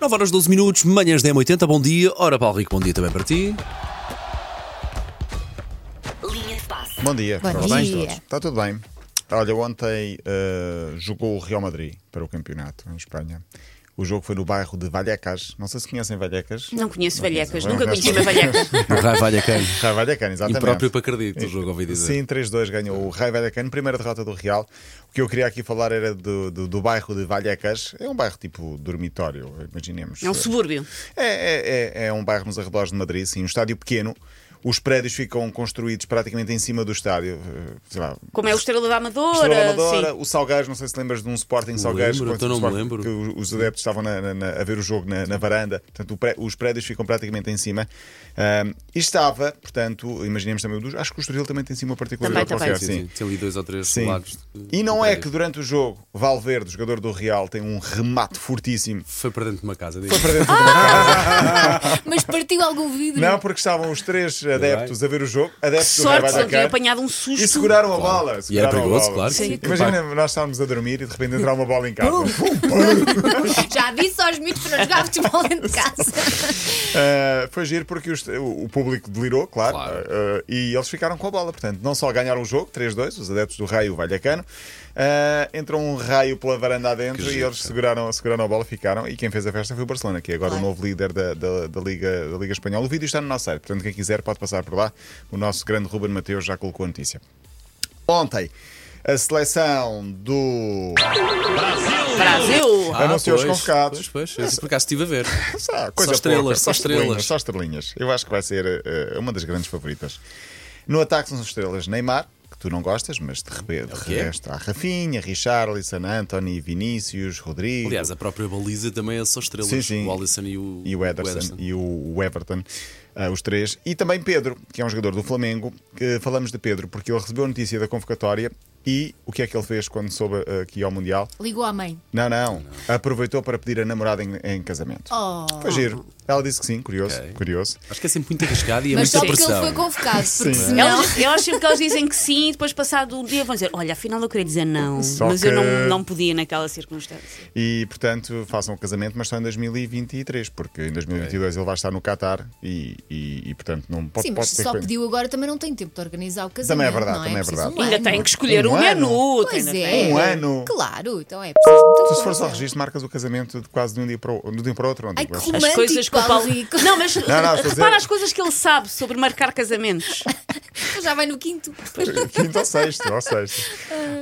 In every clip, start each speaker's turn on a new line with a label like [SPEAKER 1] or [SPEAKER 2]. [SPEAKER 1] 9 horas 12 minutos, manhãs da M80, bom dia. Ora, Paulo Rico, bom dia também para ti.
[SPEAKER 2] Linha de passe.
[SPEAKER 3] Bom dia.
[SPEAKER 4] Bom
[SPEAKER 3] Ora bem,
[SPEAKER 4] dia.
[SPEAKER 3] todos. Está tudo bem. Olha, ontem eh, jogou o Real Madrid para o campeonato em Espanha. O jogo foi no bairro de Vallecas. Não sei se conhecem Vallecas.
[SPEAKER 2] Não conheço Valhecas,
[SPEAKER 3] Não
[SPEAKER 2] nunca
[SPEAKER 3] conheço
[SPEAKER 2] conheci uma Valhecas.
[SPEAKER 1] O Rai Valha Cano.
[SPEAKER 3] Ah, Vallecas, exatamente.
[SPEAKER 1] é Impróprio para acredito, o jogo ouvi dizer.
[SPEAKER 3] Sim, 3-2 ganhou o Rai Vallecano, primeira derrota do Real. O que eu queria aqui falar era do, do, do bairro de Vallecas. É um bairro tipo dormitório, imaginemos.
[SPEAKER 2] É um subúrbio.
[SPEAKER 3] É, é- é- é um bairro nos arredores de Madrid, sim, um estádio pequeno. Os prédios ficam construídos praticamente em cima do estádio. eh, Sei lá,
[SPEAKER 2] Como é o Estrela da Amadora.
[SPEAKER 3] Estrela Amadora,
[SPEAKER 2] Sim.
[SPEAKER 3] o Salgares, não sei se lembras de um Sporting Salgares
[SPEAKER 1] lembro, então
[SPEAKER 3] contra o
[SPEAKER 1] não me
[SPEAKER 3] Sporting,
[SPEAKER 1] lembro.
[SPEAKER 3] que o- os adeptos estavam na- na- na- a ver o jogo na, na varanda, portanto o pré- os prédios ficam praticamente em cima. Ahm, e estava, portanto, imaginemos também o dos. Acho que o Estoril também tem sim uma particularidade
[SPEAKER 2] Também, também.
[SPEAKER 3] qualquer, sim.
[SPEAKER 1] Tem ali dois ou três
[SPEAKER 3] Sim.
[SPEAKER 1] lados.
[SPEAKER 3] E não é que durante o jogo Valverde, jogador do Real, tem um remate fortíssimo
[SPEAKER 1] Foi para dentro de uma casa.
[SPEAKER 3] para dentro
[SPEAKER 4] Mas partiu algum vidro?
[SPEAKER 3] Não, porque estavam os três adeptos a ver o jogo,
[SPEAKER 2] Que
[SPEAKER 3] adeptos do Real
[SPEAKER 2] sorte, se não tinha
[SPEAKER 3] Vallecano,
[SPEAKER 2] apanhado um susto.
[SPEAKER 3] e seguraram a bola.
[SPEAKER 1] E era
[SPEAKER 3] seguraram a
[SPEAKER 1] perigoso,
[SPEAKER 3] bola.
[SPEAKER 1] claro.
[SPEAKER 4] Sim.
[SPEAKER 1] que sim.
[SPEAKER 3] Imagina nós estávamos a dormir e de repente entrar uma bola em casa.
[SPEAKER 4] Já disse aos miúdos para não jogar futebol dentro de casa.
[SPEAKER 3] Uh, foi giro porque os- o, o público delirou, claro,
[SPEAKER 1] Claro.
[SPEAKER 3] uh, uh, e eles ficaram com a bola. Portanto, não só ganharam o jogo, 3-2, os adeptos do raio Valhacano, uh, entrou um raio pela varanda adentro
[SPEAKER 1] Que
[SPEAKER 3] e
[SPEAKER 1] giro,
[SPEAKER 3] eles
[SPEAKER 1] cara.
[SPEAKER 3] seguraram, seguraram a bola, ficaram. E quem fez a festa foi o Barcelona, que é agora
[SPEAKER 4] Claro.
[SPEAKER 3] o novo líder da, da- da Liga, da Liga Espanhola. O vídeo está no nosso site, portanto, quem quiser pode passar por lá. O nosso grande Ruben Mateus já colocou a notícia. Ontem, a seleção do.
[SPEAKER 2] Brasil.
[SPEAKER 1] Ah,
[SPEAKER 3] Anunciou os
[SPEAKER 1] pois,
[SPEAKER 3] convocados.
[SPEAKER 1] Pois, pois, esse por acaso estive a ver.
[SPEAKER 3] Só, é, coisa
[SPEAKER 1] Só estrelas,
[SPEAKER 3] pouca.
[SPEAKER 1] só estrelas.
[SPEAKER 3] estrelinhas, Só estrelinhas. Eu acho que vai ser eh, uma das grandes favoritas. No ataque são as estrelas Neymar, que tu não gostas, mas de, rebe- de
[SPEAKER 1] é.
[SPEAKER 3] resto há Rafinha, Richarlison, Anthony, Vinícius, Rodrigo.
[SPEAKER 1] Aliás, a própria baliza também é só estrelas.
[SPEAKER 3] Sim, sim.
[SPEAKER 1] O Alisson e o,
[SPEAKER 3] e o Ederson, e o, o Everton, ah, os três, e também Pedro, que é um jogador do Flamengo. que falamos de Pedro porque ele recebeu a notícia da convocatória e o que é que ele fez quando soube ah, que ia ao Mundial?
[SPEAKER 4] Ligou à mãe.
[SPEAKER 3] Não, não, aproveitou para pedir a namorada em, em casamento.
[SPEAKER 4] Oh.
[SPEAKER 3] Foi giro. Ela disse que sim, curioso,
[SPEAKER 1] Ok.
[SPEAKER 3] curioso.
[SPEAKER 1] Acho que é sempre muito arriscado e é
[SPEAKER 4] Mas só
[SPEAKER 1] muita
[SPEAKER 4] porque ele
[SPEAKER 1] pressão.
[SPEAKER 4] foi convocado. Porque
[SPEAKER 3] Sim. é.
[SPEAKER 4] senão.
[SPEAKER 2] Elas, elas sempre que elas dizem que sim, e depois passado um dia vão dizer: Olha, afinal eu queria dizer não,
[SPEAKER 3] Só
[SPEAKER 2] mas eu
[SPEAKER 3] que-
[SPEAKER 2] não, não podia naquela circunstância.
[SPEAKER 3] E, portanto, façam o casamento, mas só em 2023, porque em 2022 ele vai estar no Qatar e, e- e, portanto, não pode,
[SPEAKER 4] Sim, mas
[SPEAKER 3] pode
[SPEAKER 4] se
[SPEAKER 3] ter
[SPEAKER 4] só
[SPEAKER 3] coisa.
[SPEAKER 4] pediu agora também não tem tempo de organizar o
[SPEAKER 3] Também
[SPEAKER 4] casamento.
[SPEAKER 3] é verdade,
[SPEAKER 4] não
[SPEAKER 3] também é
[SPEAKER 4] Preciso
[SPEAKER 3] verdade.
[SPEAKER 4] um
[SPEAKER 2] Ainda
[SPEAKER 4] ano.
[SPEAKER 2] tem que escolher
[SPEAKER 3] Um
[SPEAKER 2] um,
[SPEAKER 3] ano?
[SPEAKER 2] menu.
[SPEAKER 4] Pois
[SPEAKER 2] ainda
[SPEAKER 4] é.
[SPEAKER 2] tem.
[SPEAKER 3] Um ano.
[SPEAKER 4] Claro, então é preciso muita
[SPEAKER 3] Tu, se fores
[SPEAKER 4] coisa.
[SPEAKER 3] ao registro, marcas o casamento de quase de um dia para o, de um dia para o outro. Não
[SPEAKER 4] Ai,
[SPEAKER 3] digo,
[SPEAKER 4] que
[SPEAKER 3] acho.
[SPEAKER 4] romântico, Paulo Rico.
[SPEAKER 2] Não, mas
[SPEAKER 3] não, estou a dizer-
[SPEAKER 2] repara as coisas que ele sabe sobre marcar casamentos.
[SPEAKER 4] Ele Então Já vai no quinto.
[SPEAKER 3] Quinta ou sexta, ou sexta.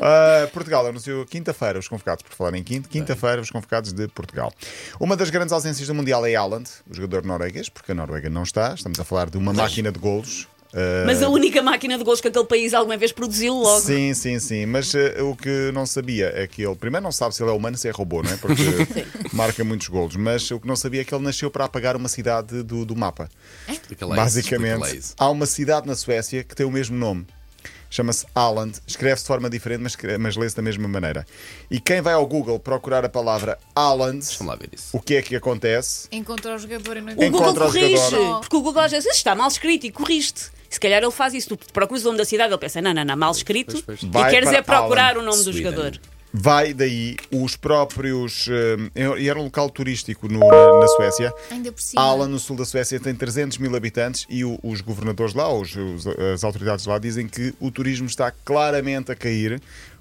[SPEAKER 3] Ah, Portugal anunciou quinta-feira os convocados, por falar em quinto, quinta-feira os convocados de Portugal. Uma das grandes ausências do Mundial é Haaland, o jogador norueguês, porque a Noruega não está. Estamos a falar de uma máquina de golos. ah,
[SPEAKER 2] Mas a única máquina de gols que aquele país alguma vez produziu logo.
[SPEAKER 3] Sim, sim, sim. Mas eh, o que não sabia é que ele, primeiro, não sabe se ele é humano, se é robô, não é? Porque marca muitos golos. Mas o que não sabia é que ele nasceu para apagar uma cidade do, do mapa.
[SPEAKER 1] Explica lá isso, explica lá
[SPEAKER 3] Basicamente,
[SPEAKER 1] isso.
[SPEAKER 3] há uma cidade na Suécia que tem o mesmo nome. Chama-se Aland, escreve-se de forma diferente, mas, escre- mas lê-se da mesma maneira. E quem vai ao Google procurar a palavra Aland,
[SPEAKER 1] Vamos lá ver isso.
[SPEAKER 3] o que é que acontece?
[SPEAKER 4] Encontrou o jogador e não
[SPEAKER 2] O Google
[SPEAKER 3] Encontra o
[SPEAKER 2] corrige,
[SPEAKER 1] Oh.
[SPEAKER 3] jogador.
[SPEAKER 2] porque o Google às vezes está mal escrito e corrige-te. Se calhar ele faz isso, tu procuras o nome da cidade, ele pensa, não, não, não, mal escrito,
[SPEAKER 1] pois, pois.
[SPEAKER 2] e
[SPEAKER 3] Vai
[SPEAKER 2] queres
[SPEAKER 3] para
[SPEAKER 2] é procurar
[SPEAKER 3] Alan
[SPEAKER 2] o nome
[SPEAKER 1] Sweden.
[SPEAKER 2] do jogador.
[SPEAKER 3] Vai daí os próprios. eh, E era um local turístico no- na- na Suécia.
[SPEAKER 4] Ainda por cima.
[SPEAKER 3] Alan, no sul da Suécia, tem 300 mil habitantes e o- os governadores lá, os, os- as autoridades lá, dizem que o turismo está claramente a cair.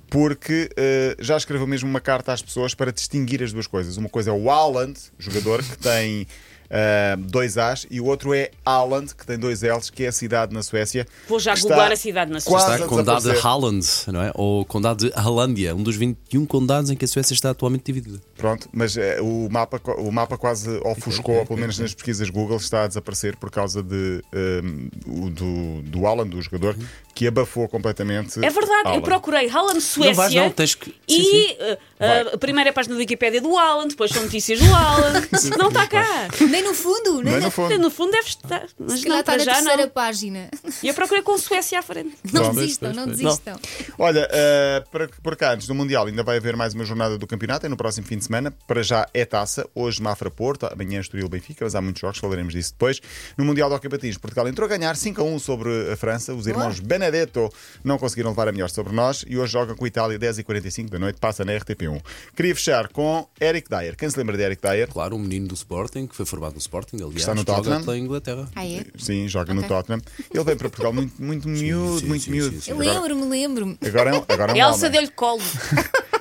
[SPEAKER 3] Porque eh, já escreveu mesmo uma carta às pessoas para distinguir as duas coisas. Uma coisa é o Haaland, jogador que tem eh, dois As, e o outro é Haaland, que tem dois L's, que é a cidade na Suécia.
[SPEAKER 2] Vou já
[SPEAKER 3] Está
[SPEAKER 2] googlar a cidade na Suécia.
[SPEAKER 3] quase
[SPEAKER 1] Está
[SPEAKER 3] a
[SPEAKER 1] condado de
[SPEAKER 3] desaparecer.
[SPEAKER 1] Halland, não é? Ou condado de Halândia, um dos 21 condados em que a Suécia está atualmente dividida.
[SPEAKER 3] Pronto, mas eh, o, mapa, co- o mapa quase ofuscou, ou pelo menos nas pesquisas Google, está a desaparecer por causa de, ehm, o do, do Alan, do jogador, que abafou completamente.
[SPEAKER 2] Uhum. É verdade,
[SPEAKER 3] Alan.
[SPEAKER 2] eu procurei Haaland Suécia
[SPEAKER 1] Não vais não, tens que-
[SPEAKER 2] e eh,
[SPEAKER 1] Sim, sim.
[SPEAKER 2] é uh, uh, a primeira página da Wikipédia do Haaland, depois são notícias do Haaland, não está cá.
[SPEAKER 4] Nem Nem no fundo, nem
[SPEAKER 3] Mas
[SPEAKER 4] na-
[SPEAKER 3] no fundo.
[SPEAKER 2] No fundo deve estar. Mas
[SPEAKER 4] Se
[SPEAKER 2] não,
[SPEAKER 4] calhar está
[SPEAKER 2] para
[SPEAKER 4] na
[SPEAKER 2] já
[SPEAKER 4] terceira
[SPEAKER 2] não.
[SPEAKER 4] página.
[SPEAKER 2] E eu procurei com Suécia à frente.
[SPEAKER 4] Não
[SPEAKER 3] Pois,
[SPEAKER 4] desistam,
[SPEAKER 1] pois,
[SPEAKER 4] não
[SPEAKER 1] pois.
[SPEAKER 4] desistam.
[SPEAKER 3] Olha, eh, para, por cá, antes do Mundial, ainda vai haver mais uma jornada do campeonato, é no próximo fim de semana. Para já é taça, hoje Mafra Porto, amanhã Estoril Benfica, mas há muitos jogos, falaremos disso depois. No Mundial de Hockey Patins, Portugal entrou a ganhar 5 a 1 sobre a França. Os irmãos Benedetto não conseguiram levar a melhor sobre nós e hoje jogam com a Itália 10h45 da noite, passa na RTP1. Queria fechar com Eric Dyer. Quem se lembra de Eric Dyer?
[SPEAKER 1] Claro, um menino do Sporting, que foi formado no Sporting, aliás,
[SPEAKER 3] Está no
[SPEAKER 1] joga
[SPEAKER 3] Tottenham?
[SPEAKER 1] pela Inglaterra.
[SPEAKER 4] Ah, é?
[SPEAKER 3] Sim, joga no
[SPEAKER 4] Ok.
[SPEAKER 3] Tottenham. Ele veio para Portugal muito, muito miúdo,
[SPEAKER 1] sim,
[SPEAKER 3] muito
[SPEAKER 1] sim,
[SPEAKER 3] miúdo.
[SPEAKER 1] sim, sim.
[SPEAKER 4] Eu
[SPEAKER 3] Agora,
[SPEAKER 4] lembro-me, lembro-me.
[SPEAKER 3] agora é um, agora é um
[SPEAKER 2] Elsa
[SPEAKER 3] homem.
[SPEAKER 2] deu-lhe colo.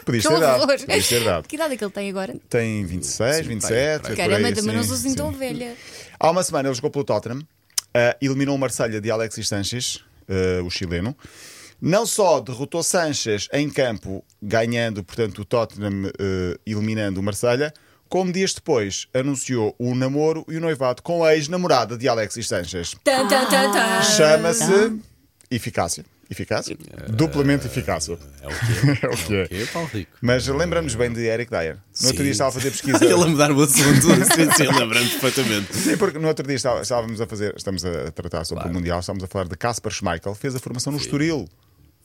[SPEAKER 3] Podias
[SPEAKER 4] Que
[SPEAKER 3] ter é dado,
[SPEAKER 4] horror.
[SPEAKER 3] podias ter dado.
[SPEAKER 4] Que idade é que ele tem agora?
[SPEAKER 3] Tem 26,
[SPEAKER 1] Sim,
[SPEAKER 3] 27.
[SPEAKER 1] por aí.
[SPEAKER 3] é por
[SPEAKER 4] Caramba,
[SPEAKER 3] aí,
[SPEAKER 4] também não
[SPEAKER 3] sim,
[SPEAKER 4] sou assim
[SPEAKER 3] sim.
[SPEAKER 4] tão velha.
[SPEAKER 3] Há uma semana ele jogou pelo Tottenham, ah, eliminou o Marselha de Alexis Sanchez, ah, o chileno. Não só derrotou Sanchez em campo, ganhando, portanto, o Tottenham, ah, eliminando o Marselha, como dias depois anunciou o namoro e o noivado com a ex-namorada de Alexis Sanchez.
[SPEAKER 4] Tan, tan, tan, tan.
[SPEAKER 3] Chama-se Eficácia. Eficácia? Duplamente eficácia.
[SPEAKER 1] Eh, É o que
[SPEAKER 3] É o que é.
[SPEAKER 1] é, Paulo Rico.
[SPEAKER 3] Mas lembramos bem de Eric Dyer. No outro
[SPEAKER 1] Sim.
[SPEAKER 3] dia estava a fazer pesquisa.
[SPEAKER 1] Ele a mudar o assunto, sim, sim, lembrando perfeitamente.
[SPEAKER 3] Sim, porque no outro dia está- estávamos a fazer, estamos a tratar sobre
[SPEAKER 1] Claro.
[SPEAKER 3] o Mundial, estávamos a falar de Kasper Schmeichel, fez a formação no Estoril.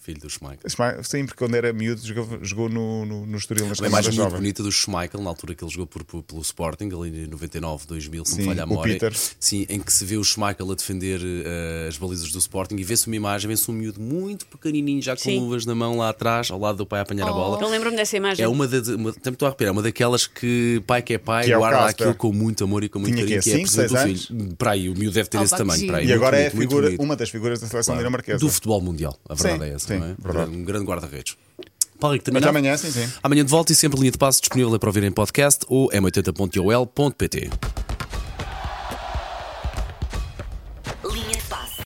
[SPEAKER 1] Filho do Schmeichel.
[SPEAKER 3] Schme- Sim, porque quando era miúdo jogou, jogou no, no, no Estoril nas
[SPEAKER 1] Uma
[SPEAKER 3] camadas
[SPEAKER 1] imagem muito
[SPEAKER 3] jovens.
[SPEAKER 1] bonita do Schmeichel, na altura que ele jogou por- por- pelo Sporting, ali em 99, 2000, se
[SPEAKER 3] Sim,
[SPEAKER 1] me falha a
[SPEAKER 3] o
[SPEAKER 1] memória.
[SPEAKER 3] Peter.
[SPEAKER 1] Sim, em que se vê o Schmeichel a defender eh, as balizas do Sporting e vê-se uma imagem, vê-se um miúdo muito pequenininho, já com
[SPEAKER 2] Sim. Oh.
[SPEAKER 1] luvas na mão lá atrás, ao lado do pai a apanhar a bola.
[SPEAKER 2] Eu lembro-me dessa imagem.
[SPEAKER 1] É uma das. Uma, também estou a arrepiar, é uma daquelas que pai que é pai
[SPEAKER 3] Que é o
[SPEAKER 1] guarda
[SPEAKER 3] Casper.
[SPEAKER 1] aquilo com muito amor e com muito
[SPEAKER 3] Tinha que
[SPEAKER 1] carinho,
[SPEAKER 3] é
[SPEAKER 1] que é a
[SPEAKER 3] cinco,
[SPEAKER 1] presença do
[SPEAKER 3] seis
[SPEAKER 1] filho. Para aí, o miúdo deve ter
[SPEAKER 4] Ah,
[SPEAKER 1] esse
[SPEAKER 4] pá,
[SPEAKER 1] tamanho.
[SPEAKER 4] que
[SPEAKER 1] para aí,
[SPEAKER 3] E
[SPEAKER 1] muito
[SPEAKER 3] agora é a
[SPEAKER 1] bonito, muito
[SPEAKER 3] figura,
[SPEAKER 1] bonito.
[SPEAKER 3] uma das figuras da seleção dinamarquesa.
[SPEAKER 1] Do futebol mundial, a verdade
[SPEAKER 3] Sim,
[SPEAKER 1] é essa,
[SPEAKER 3] sim,
[SPEAKER 1] não é?
[SPEAKER 3] verdade.
[SPEAKER 1] Um grande guarda-redes. Paulo Rico,
[SPEAKER 3] Mas
[SPEAKER 1] terminado?
[SPEAKER 3] amanhã, sim, sim.
[SPEAKER 1] é Amanhã de volta e sempre linha de passo disponível para ouvir em podcast ou m80.ol.pt.